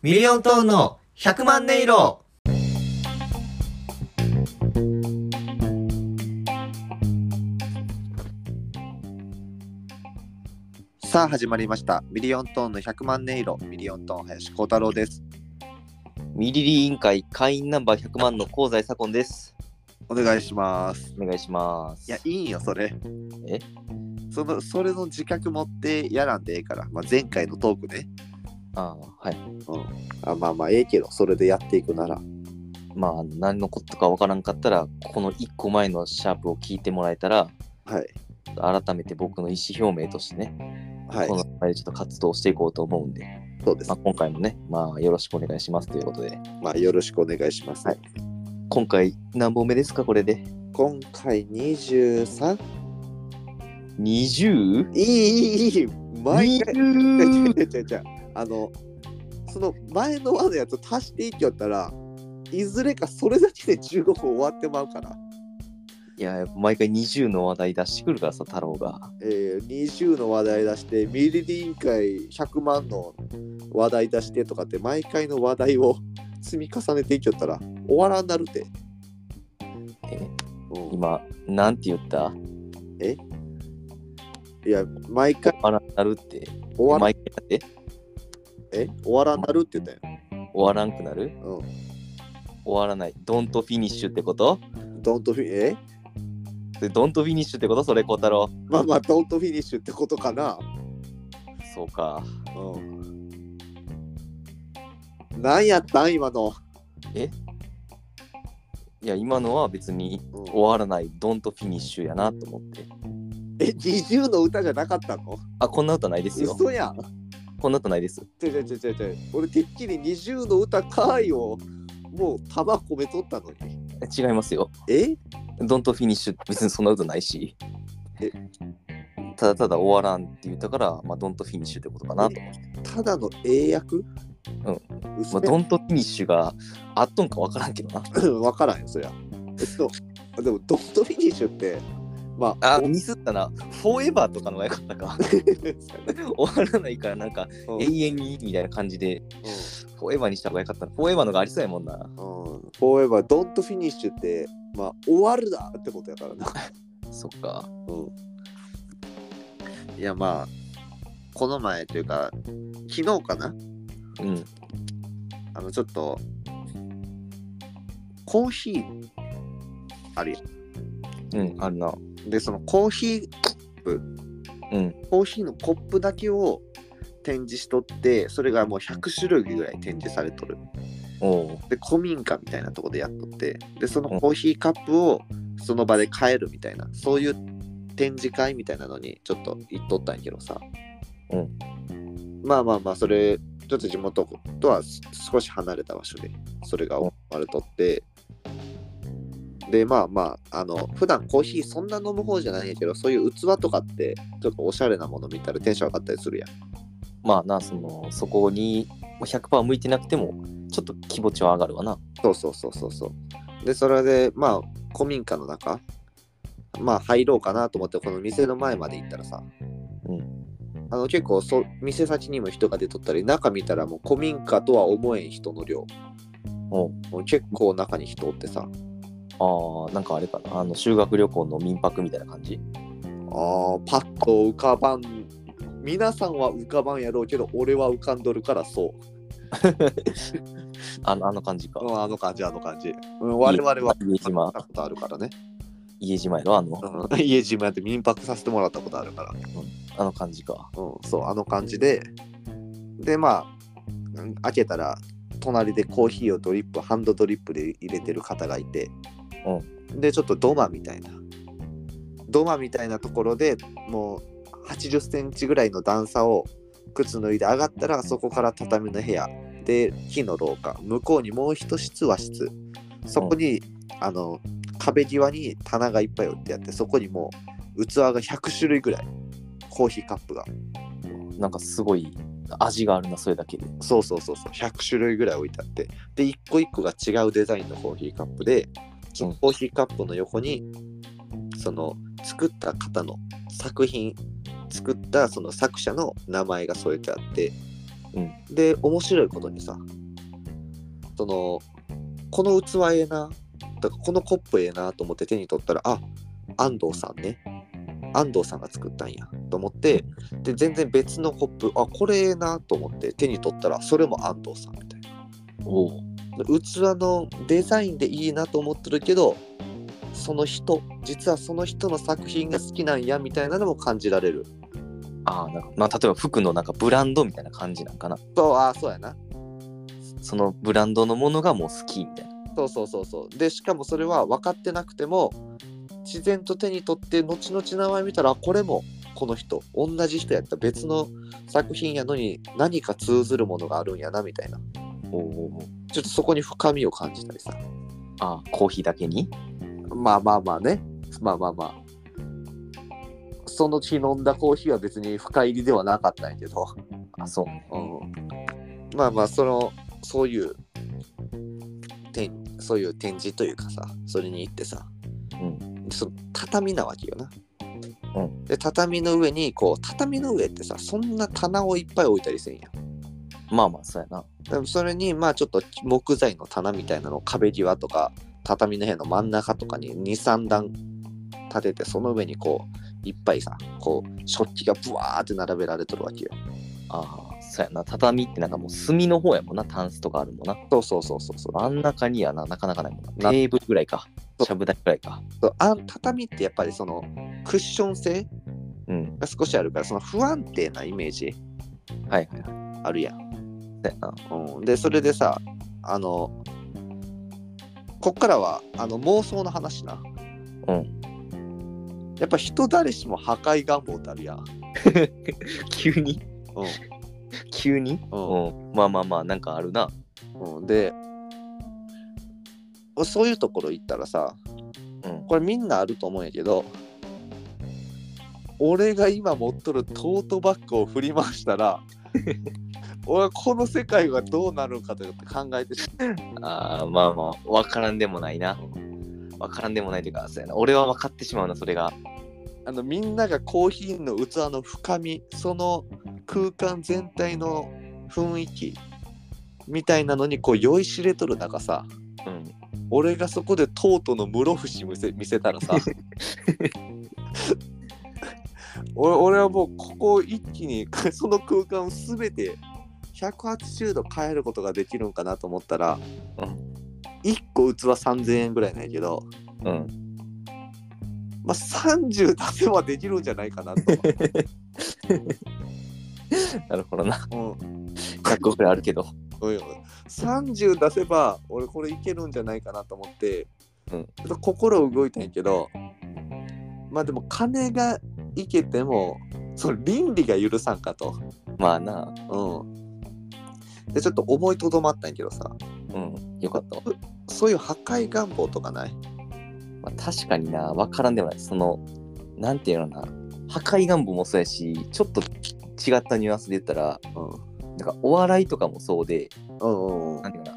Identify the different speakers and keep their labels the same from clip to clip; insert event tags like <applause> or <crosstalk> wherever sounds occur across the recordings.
Speaker 1: ミリオントーンの100万音色
Speaker 2: さあ始まりましたミリオントーンの100万音色ミリオントーン林光太郎です
Speaker 3: ミリリ委員会会員ナンバー100万の香西左近です。
Speaker 2: お願いします
Speaker 3: お願いします。
Speaker 2: いやいいんよそれ
Speaker 3: え
Speaker 2: そのそれの自覚持ってやらんでええから、まあ、前回のトークね、
Speaker 3: ああはい。
Speaker 2: うん、あまあまあええけどそれでやっていくなら
Speaker 3: まあ、何のことかわからんかったら、この1個前のシャープを聞いてもらえたら、
Speaker 2: はい
Speaker 3: 改めて僕の意思表明としてね、
Speaker 2: はい
Speaker 3: この場でちょっと活動していこうと思うんで、
Speaker 2: そうです
Speaker 3: まあ、今回もね、まあ、よろしくお願いしますということで、
Speaker 2: まあよろしくお願いします、
Speaker 3: はい今回何本目ですか、これで。
Speaker 2: 今回 23?
Speaker 3: 20?
Speaker 2: いいいいいい毎回違う違う
Speaker 3: 20?
Speaker 2: 違う違うあのその前の輪のやつ足していきよったらいずれかそれだけで15分終わってまうから
Speaker 3: <laughs> いや、やっぱ毎回20の話題出してくるからさ、太郎が。
Speaker 2: えー、20の話題出してミリリ委員会100万の話題出してとかって毎回の話題を積み重ねていきよったら終わらんなるて、
Speaker 3: え
Speaker 2: うん、
Speaker 3: 今、なんて言った
Speaker 2: いや毎回
Speaker 3: 終わらんなるって。
Speaker 2: 終わら
Speaker 3: 毎回だって
Speaker 2: え終わらんなるって言った
Speaker 3: 終わらんくなる
Speaker 2: よ、
Speaker 3: 終わらない。ドンとフィニッシュってこと
Speaker 2: うん、ドントフィニえ
Speaker 3: それドンとフィニッシュってことそれ、小太郎。
Speaker 2: まあまあドントフィニッシュってことかな、
Speaker 3: そうか。
Speaker 2: うん、なんやったん今の、
Speaker 3: いや、今のは別に
Speaker 2: うん
Speaker 3: 終わらない。ドンとフィニッシュやなと思って。
Speaker 2: え20の歌じゃなかったの
Speaker 3: あ、こんな歌ないですよ。
Speaker 2: 嘘やん
Speaker 3: こんな歌ないです。
Speaker 2: ちょちょちょちょちょ俺てっきり20の歌かーいをもう玉込めとったのに
Speaker 3: 違いますよ。
Speaker 2: え
Speaker 3: ドンとフィニッシュ別にそんな歌ないし
Speaker 2: え。
Speaker 3: ただただ終わらんって言ったから、まあ、ドンとフィニッシュってことかなと思って。
Speaker 2: ただの英訳うん
Speaker 3: まあ、
Speaker 2: 嘘
Speaker 3: ドンとフィニッシュがあっとんかわからんけどな。
Speaker 2: <laughs> うん分からんよそりゃえっとあでもドントフィニッシュってまあ
Speaker 3: あ、ミスったな。フォーエバーとかの方が良かったか。
Speaker 2: <laughs>
Speaker 3: 終わらないから、なんか
Speaker 2: うん
Speaker 3: 永遠にみたいな感じでフォーエバーにした方が良かったな。フォーエバーのがありそうやもんな。
Speaker 2: うんうんフォーエバードントフィニッシュってまあ終わるだってことやからな
Speaker 3: そっか。
Speaker 2: いやまあこの前というか昨日かな
Speaker 3: うん。
Speaker 2: あのちょっとコーヒーあるや
Speaker 3: うん、あるな。
Speaker 2: んでそのコーヒー
Speaker 3: うん。
Speaker 2: コーヒーのコップだけを展示しとってそれがもう100種類ぐらい展示されとる
Speaker 3: おう
Speaker 2: で古民家みたいなとこでやっとってでそのコーヒーカップをその場で買えるみたいなそういう展示会みたいなのにちょっと行っとったんやけどさ、
Speaker 3: うん、
Speaker 2: まあまあまあそれちょっと地元とはす少し離れた場所でそれが行われとってでまあまああの普段コーヒーそんな飲む方じゃないんやけどそういう器とかってちょっとおしゃれなもの見たらテンション上がったりするやん
Speaker 3: まあな、その、そこにまあ100%向いてなくても、ちょっと気持ちは上がるわな。
Speaker 2: そうそうそうそうそう。で、それで、まあ、古民家の中、まあ、入ろうかなと思って、この店の前まで行ったらさ、
Speaker 3: うん
Speaker 2: あの結構そ、店先にも人が出とったり、中見たらもう古民家とは思えん人の量、
Speaker 3: おう
Speaker 2: もう結構中に人おってさ、
Speaker 3: ああ、なんかあれかな。あの、修学旅行の民泊みたいな感じ。
Speaker 2: ああ、パッと浮かばん、皆さんは浮かばんやろうけど、俺は浮かんどるからそう。
Speaker 3: あの、あの感じか。
Speaker 2: うん、あの感じ、あの感じ。うん、我々は
Speaker 3: 家島
Speaker 2: 見たことあるからね。
Speaker 3: 家島やろ、あの、
Speaker 2: うん、 <laughs> 家島やって民泊させてもらったことあるから。
Speaker 3: あの感じか。
Speaker 2: うん、そうあの感じででまあうん開けたら隣でコーヒーをドリップハンドドリップで入れてる方がいて、でちょっと土間みたいな土間みたいなところでもう8 0センチぐらいの段差を靴脱いで上がったらそこから畳の部屋で木の廊下向こうにもう一室和室そこに、あの壁際に棚がいっぱい置いてあってそこにもう器が100種類ぐらいコーヒーカップが
Speaker 3: なんかすごい味があるな、それだけで。
Speaker 2: そうそうそうそう100種類ぐらい置いてあってで一個一個が違うデザインのコーヒーカップでその
Speaker 3: うん
Speaker 2: コーヒーカップの横にその作った方の作品作ったその作者の名前が添えてあって
Speaker 3: うん
Speaker 2: で面白いことにさそのこの器ええなとかこのコップええなと思って手に取ったらあ安藤さんね安藤さんが作ったんやと思ってで全然別のコップあこれええなと思って手に取ったらそれも安藤さんみたいな。
Speaker 3: おお。
Speaker 2: 器のデザインでいいなと思ってるけどその人実はその人の作品が好きなんやみたいなのも感じられる
Speaker 3: ああ、なんか、まあ、例えば服のなんかブランドみたいな感じなんかな。
Speaker 2: そうああそうやな
Speaker 3: そのブランドのものがもう好きみたいな。
Speaker 2: そうそうそうそうでしかもそれは分かってなくても自然と手に取って後々名前見たらあこれもこの人同じ人やった別の作品やのに何か通ずるものがあるんやなみたいな
Speaker 3: おお。
Speaker 2: ちょっとそこに深みを感じたりさ
Speaker 3: ああ、コーヒーだけに
Speaker 2: まあまあまあね。まあまあまあ。その日飲んだコーヒーは別に深入りではなかったんやけど。
Speaker 3: あ、そうね。
Speaker 2: うん、まあまあ、その、そういう、てそういう展示というかさ、それに行ってさ、
Speaker 3: うん
Speaker 2: その畳なわけよな。
Speaker 3: う
Speaker 2: で畳の上にこう畳の上ってさそんな棚をいっぱい置いたりせんやん
Speaker 3: まあまあ、そうやな。
Speaker 2: でもそれにまあちょっと木材の棚みたいなのを壁際とか畳の部屋の真ん中とかに23段立ててその上にこういっぱいさこう食器がブワーって並べられとるわけよ
Speaker 3: ああ、そうやな。畳ってなんかもう隅の方やもんな。タンスとかあるもんな。
Speaker 2: そうそうそうそうそう
Speaker 3: 真ん中にはな、なかなかないもんな。テ
Speaker 2: な
Speaker 3: ーブルぐらいか。
Speaker 2: そう
Speaker 3: しゃぶ台ぐらいか。
Speaker 2: そうあ畳ってやっぱりそのクッション性
Speaker 3: うん。
Speaker 2: が少しあるからその不安定なイメージ
Speaker 3: はいはいはい。
Speaker 2: あるやん、
Speaker 3: そうやな。
Speaker 2: うん、でそれでさあのこっからはあの妄想の話な
Speaker 3: うん。
Speaker 2: やっぱ人誰しも破壊願望ってあるやん、
Speaker 3: 急に
Speaker 2: う
Speaker 3: 急に
Speaker 2: んうん、
Speaker 3: うん。まあまあまあ、なんかあるな。
Speaker 2: うん、でそういうところ行ったらさ
Speaker 3: うん。
Speaker 2: これみんなあると思うんやけど俺が今持っとるトートバッグを振り回した
Speaker 3: <laughs>
Speaker 2: ら俺はこの世界がどうなるんかとかって考えてし
Speaker 3: ああ、まあまあ、わからんでもないな。わからんでもないというか、そうやな。俺は分かってしまうな、それが。
Speaker 2: あのみんながコーヒーの器の深みその空間全体の雰囲気みたいなのにこう酔いしれとる中さ
Speaker 3: うん。
Speaker 2: 俺がそこでトートの室伏見せ見せたらさ俺俺はもうここを一気に <laughs> その空間を全て180度変えることができるんかなと思ったら、
Speaker 3: う
Speaker 2: 1個器3000円ぐらいなんやけど、
Speaker 3: うん。
Speaker 2: まあ、30足せばできるんじゃないかなと、
Speaker 3: なるほどな。 <laughs>
Speaker 2: うん
Speaker 3: 100個くらいあるけど。
Speaker 2: うん30出せば俺これいけるんじゃないかなと思って、
Speaker 3: うん
Speaker 2: ちょっと心動いたんやけどまあでも金がいけてもその倫理が許さんかと、
Speaker 3: まあな。
Speaker 2: うん、でちょっと思いとどまったんやけどさ
Speaker 3: うん。よかったわ。
Speaker 2: そういう破壊願望とかない
Speaker 3: まあ、確かにな、分からんでもない。その、なんていうのかな。破壊願望もそうやし、ちょっと違ったニュアンスで言ったら、
Speaker 2: うん
Speaker 3: なんかお笑いとかもそうで、
Speaker 2: うんうん
Speaker 3: なんていうかな。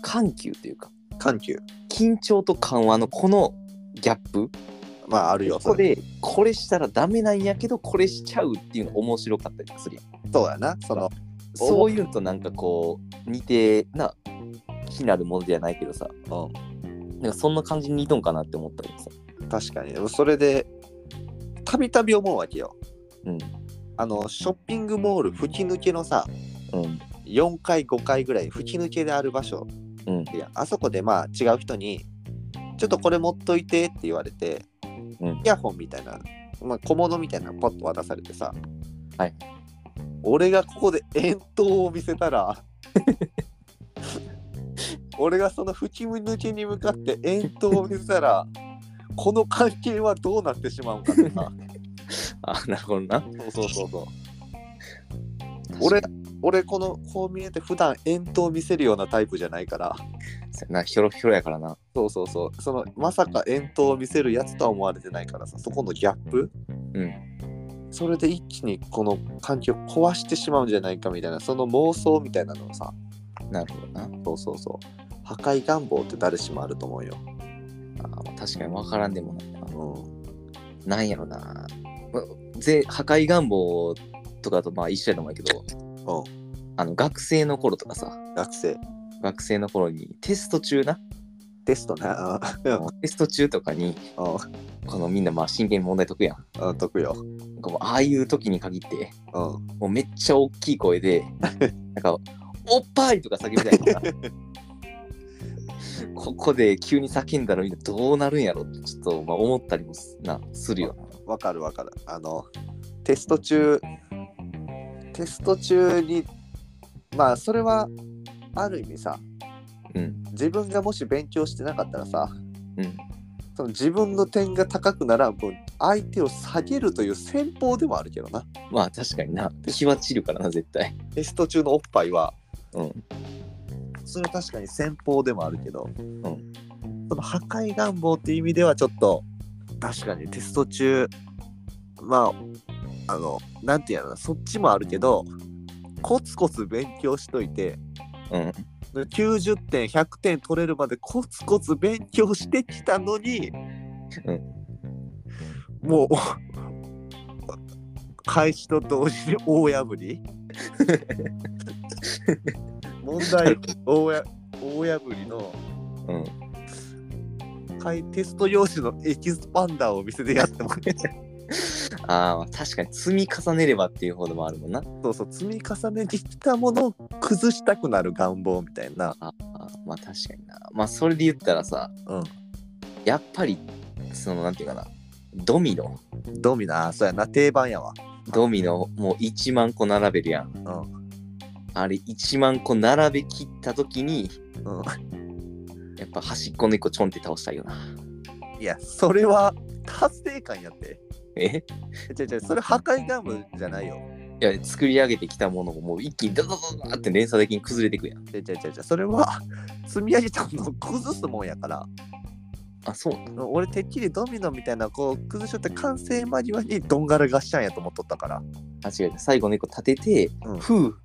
Speaker 3: 緩急というか、
Speaker 2: 緩急
Speaker 3: 緊張と緩和のこのギャップ。
Speaker 2: まああるよ
Speaker 3: ここ
Speaker 2: それ
Speaker 3: で、これしたらダメなんやけど、これしちゃうっていうの面白かったりとかするやん。
Speaker 2: そうやなその
Speaker 3: そういうのとなんかこう似てな気になるものではないけどさ、なんかそんな感じに似とんかなって思ったりさ、
Speaker 2: 確かにでもそれでたびたび思うわけよ
Speaker 3: うん
Speaker 2: あのショッピングモール吹き抜けのさ
Speaker 3: うん
Speaker 2: 4階5階ぐらい吹き抜けである場所
Speaker 3: うん
Speaker 2: いやあそこでまあ違う人に「ちょっとこれ持っといて」って言われて、
Speaker 3: うん
Speaker 2: イヤホンみたいな、まあ、小物みたいなのポッと渡されてさ、
Speaker 3: はい
Speaker 2: 俺がここで遠投を見せたら <laughs> 俺がその吹き抜けに向かって遠投を見せたらこの関係はどうなってしまうんかとか
Speaker 3: あなるほどな
Speaker 2: そうそうそうそう俺俺このこう見えて普段遠投を見せるようなタイプじゃないから
Speaker 3: そうやなひょろひょろやからな
Speaker 2: そうそうそうそのまさか遠投を見せるやつとは思われてないからさそこのギャップ
Speaker 3: うん
Speaker 2: それで一気にこの環境を壊してしまうんじゃないかみたいなその妄想みたいなのをさ
Speaker 3: なるほどな
Speaker 2: そうそうそう破壊願望って誰しもあると思うよ、
Speaker 3: あまあ確かに分からんでもないな
Speaker 2: うん、
Speaker 3: なんやろな、まあぜ破壊願望とかとまあ一緒やと思うけど、
Speaker 2: う
Speaker 3: あの学生の頃とかさ
Speaker 2: 学生
Speaker 3: 学生の頃にテスト中な
Speaker 2: テストなうん
Speaker 3: テスト中とかに
Speaker 2: う
Speaker 3: このみんなまあ真剣に問題解くやん
Speaker 2: んうん得よ
Speaker 3: なんかもうああいう時に限って
Speaker 2: うん
Speaker 3: もうめっちゃ大きい声
Speaker 2: <laughs>
Speaker 3: でなんか「おっぱい!」とか叫びたいから
Speaker 2: <laughs>
Speaker 3: ここで急に叫んだらみんなどうなるんやろってちょっとまあ思ったりもすなするよ
Speaker 2: わかるわかるあのテスト中テスト中にまあそれはある意味さ
Speaker 3: うん
Speaker 2: 自分がもし勉強してなかったらさ
Speaker 3: うん
Speaker 2: その自分の点が高くならん分相手を下げるという戦法でもあるけどな
Speaker 3: まあ確かにな気は散るからな絶対
Speaker 2: テスト中のおっぱいは
Speaker 3: うん
Speaker 2: それは確かに戦法でもあるけど、
Speaker 3: ん
Speaker 2: その破壊願望っていう意味ではちょっと確かにテスト中まああのなんていうのかなそっちもあるけどコツコツ勉強しといて
Speaker 3: うん
Speaker 2: 90点100点取れるまでコツコツ勉強してきたのに、
Speaker 3: う
Speaker 2: もう <laughs> 開始と同時に大破り問題大や大破りの
Speaker 3: うん
Speaker 2: 解テスト用紙のエキスパンダーを見せてやってもらって
Speaker 3: あーまあ確かに積み重ねればっていう方でもあるもんな
Speaker 2: そうそう積み重ねてきたものを崩したくなる願望みたいな
Speaker 3: あーまあ確かになまあそれで言ったらさ、
Speaker 2: うん
Speaker 3: やっぱりそのなんていうかなドミノ
Speaker 2: ドミナーそうやな定番やわ
Speaker 3: ドミノもう1万個並べるやん。
Speaker 2: ん
Speaker 3: あれ1万個並べきった時に、
Speaker 2: うん
Speaker 3: やっぱ端っこの1個ちょんって倒したいよな。
Speaker 2: いやそれは達成感やって
Speaker 3: えい
Speaker 2: 違う違うそれ破壊ガムじゃないよ
Speaker 3: や作り上げてきたものをもう一気にダダダダって連鎖的に崩れていくやん。
Speaker 2: 違う違う違う違うそれは積み上げたものを崩すもんやから
Speaker 3: あ、そう。
Speaker 2: 俺てっきりドミノみたいなこう崩しとって完成間際にどんがらがっしゃんやと思っとったから
Speaker 3: あ、違う違う。最後の1個立てて、
Speaker 2: うん
Speaker 3: ふう、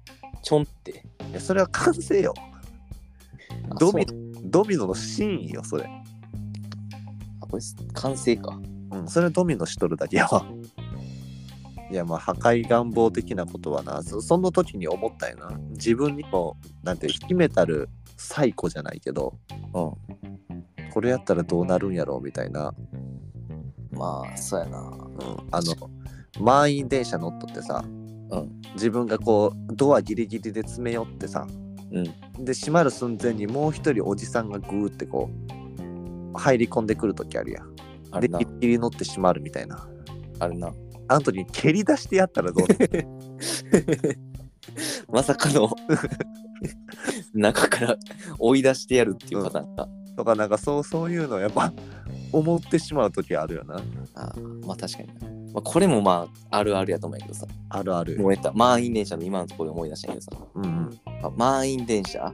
Speaker 3: ちょんって。
Speaker 2: いやそれは完成よ
Speaker 3: あ
Speaker 2: ドミ
Speaker 3: そう
Speaker 2: ドミノの真意よそれ
Speaker 3: あこれ完成か。
Speaker 2: うんそれはドミノしとるだけやわ <laughs> いやまあ破壊願望的なことはなそその時に思ったよな自分にもなんて秘めたる最古じゃないけど
Speaker 3: う
Speaker 2: これやったらどうなるんやろうみたいな、
Speaker 3: ん。まあ、そうやな。
Speaker 2: うん、あの満員電車乗っとってさ、
Speaker 3: うん
Speaker 2: 自分がこうドアギリギリで詰め寄ってさ
Speaker 3: うん。
Speaker 2: で閉まる寸前にもう一人おじさんがグーってこう入り込んでくる時あるやん
Speaker 3: あ
Speaker 2: で
Speaker 3: れ
Speaker 2: ギ
Speaker 3: な
Speaker 2: リ。ギリ乗って閉まるみたいな
Speaker 3: あれな。
Speaker 2: あの時に蹴り出してやったらどうな <laughs> る
Speaker 3: まさかの <laughs> 中から追い出してやるっていうパターンか。
Speaker 2: とかなんかそうそういうのやっぱ <laughs> 思ってしまう時あるよな
Speaker 3: あーまあ確かにな、まあ、これもまああるあるやと思うんやけどさ
Speaker 2: あるある
Speaker 3: 燃えた満員電車の今のところで思い出したんやけどさ
Speaker 2: うんうん
Speaker 3: あ満員電車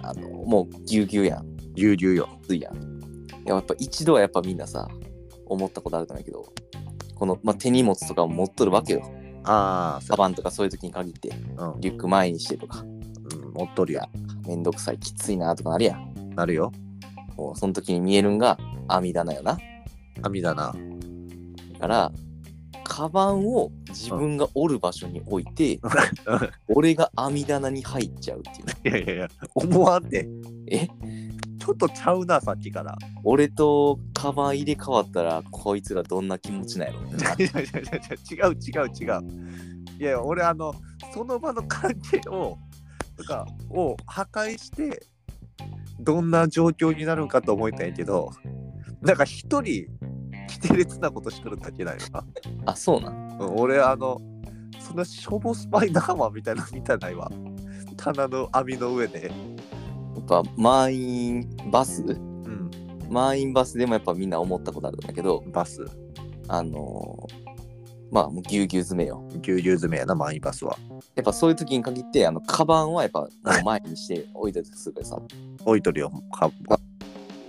Speaker 3: あのもうぎゅうぎゅうやん
Speaker 2: ぎゅうぎゅうよ
Speaker 3: ついやんいややっぱ一度はやっぱみんなさ思ったことあると思うんやけどこの、まあ、手荷物とかも持っとるわけよ
Speaker 2: ああそ
Speaker 3: カバンとかそういう時に限って
Speaker 2: う、
Speaker 3: リュック前にしてとか
Speaker 2: うんうん、持っとるや
Speaker 3: めんどくさいきついなとかなるやん
Speaker 2: んなるよ
Speaker 3: もうその時に見えるんが網棚よな
Speaker 2: 網だな <laughs>
Speaker 3: だからカバンを自分がおる場所に置いて、
Speaker 2: うん
Speaker 3: 俺が網棚に入っちゃうっていう
Speaker 2: いやいやいや思わんで
Speaker 3: え
Speaker 2: ちょっとちゃうなさっきから
Speaker 3: 俺とカバン入れ替わったらこいつらどんな気持ちなんやろってな
Speaker 2: <laughs> いやいやいや違う違う違う。いや俺あのその場の関係をとかを破壊してどんな状況になるんかと思いたいけどなんか一人規定列なことしてるだけだよな。
Speaker 3: あそうなん
Speaker 2: うん俺あのそんなしょぼスパイダーマンみたいなの見たないわ。棚の網の上で。
Speaker 3: やっぱ満員バス
Speaker 2: うん、
Speaker 3: 満員バスでもやっぱみんな思ったことあるんだけど
Speaker 2: バス。
Speaker 3: あのー、まあもうぎゅうぎゅう詰めよ
Speaker 2: ぎゅうぎゅう詰めやな、満員バスは。
Speaker 3: やっぱそういう時に限ってあのカバンはやっぱもう前にして置いたりするからさ
Speaker 2: 置いとるよ、か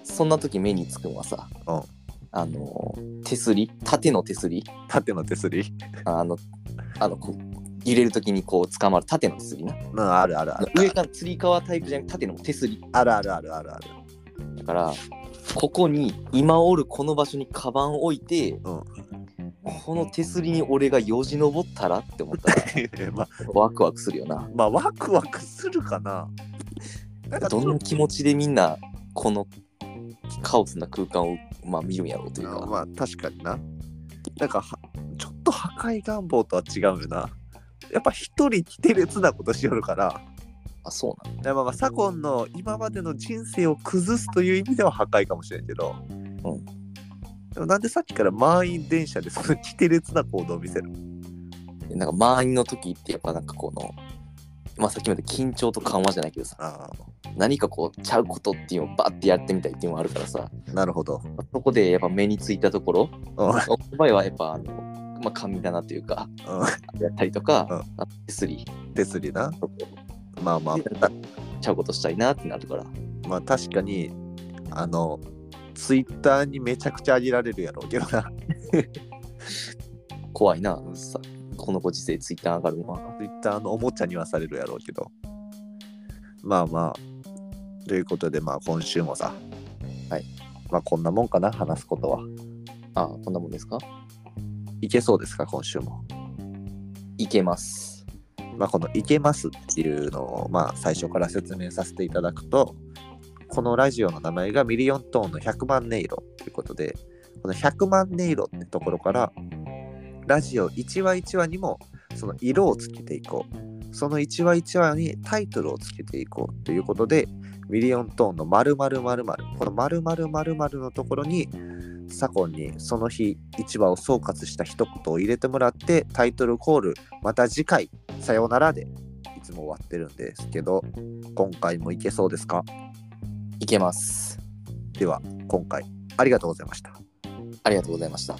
Speaker 3: そんな時目につくのはさ、
Speaker 2: うん
Speaker 3: あのー手すり縦の手すり
Speaker 2: 縦の手すり。
Speaker 3: あのあのこう揺れる時にこう捕まる縦の手すりな
Speaker 2: うん、あるあるある。
Speaker 3: 上からつり革タイプじゃなくて縦の手すり
Speaker 2: あるあるあるあるある。
Speaker 3: だからここに今おるこの場所にカバンを置いて、
Speaker 2: うん
Speaker 3: この手すりに俺がよじ登ったらって思った
Speaker 2: <laughs>
Speaker 3: ら
Speaker 2: まあ、
Speaker 3: ワクワクするよな
Speaker 2: まあ、ワクワクするかな。なんか
Speaker 3: どんな気持ちでみんなこのカオスな空間を、まあ、見るんやろうという
Speaker 2: あ
Speaker 3: か
Speaker 2: まあ確かにな。なんかはちょっと破壊願望とは違うよな。やっぱ一人に手列なことしよるから、
Speaker 3: あそうなん
Speaker 2: いやまあまあ左近の今までの人生を崩すという意味では破壊かもしれんけど、
Speaker 3: うん
Speaker 2: でもなんでさっきから満員電車でその規定列な行動を見せる
Speaker 3: だなんか満員の時ってやっぱなんかこのまあさっきまで緊張と緩和じゃないけどさ
Speaker 2: あ
Speaker 3: 何かこうちゃうことっていうのをバッてやってみたいっていうのもあるからさ
Speaker 2: あなるほど。
Speaker 3: そこでやっぱ目についたところ
Speaker 2: うんうん
Speaker 3: お前はやっぱあの、まあ、神棚というかやったりとか、
Speaker 2: うん
Speaker 3: あ手すり
Speaker 2: 手すりな。まあまあ、
Speaker 3: で
Speaker 2: た
Speaker 3: ちゃうことしたいなってなるから
Speaker 2: まあ確かに、あの、ツイッターにめちゃくちゃあげられるやろうけどな。 <laughs>
Speaker 3: 怖いなさこのご時世ツイッター上がるのは
Speaker 2: ツイッターのおもちゃにはされるやろうけど。まあまあ。ということで、まあ今週もさ。
Speaker 3: はい。
Speaker 2: まあこんなもんかな、話すことは。
Speaker 3: あこんなもんですか
Speaker 2: いけそうですか、今週も。
Speaker 3: いけます
Speaker 2: まあこのいけますっていうのを、まあ最初から説明させていただくと、このラジオの名前がミリオントーンの100万音色ということで、この100万音色ってところから、ラジオ1話1話にもその色をつけていこう。その1話1話にタイトルをつけていこうということで、ミリオントーンの〇〇〇〇この〇〇〇〇のところに、左近にその日1話を総括した一言を入れてもらって、タイトルコール、また次回、さようならで、いつも終わってるんですけど、今回もいけそうですか
Speaker 3: いけます
Speaker 2: では、今回、ありがとうございました。
Speaker 3: ありがとうございました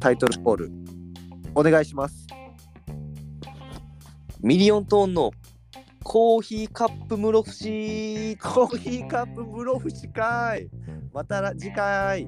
Speaker 2: タイトルコール、お願いします。
Speaker 3: ミリオントーンのコーヒーカップ室伏
Speaker 2: コーヒーカップ室伏かい。また次回。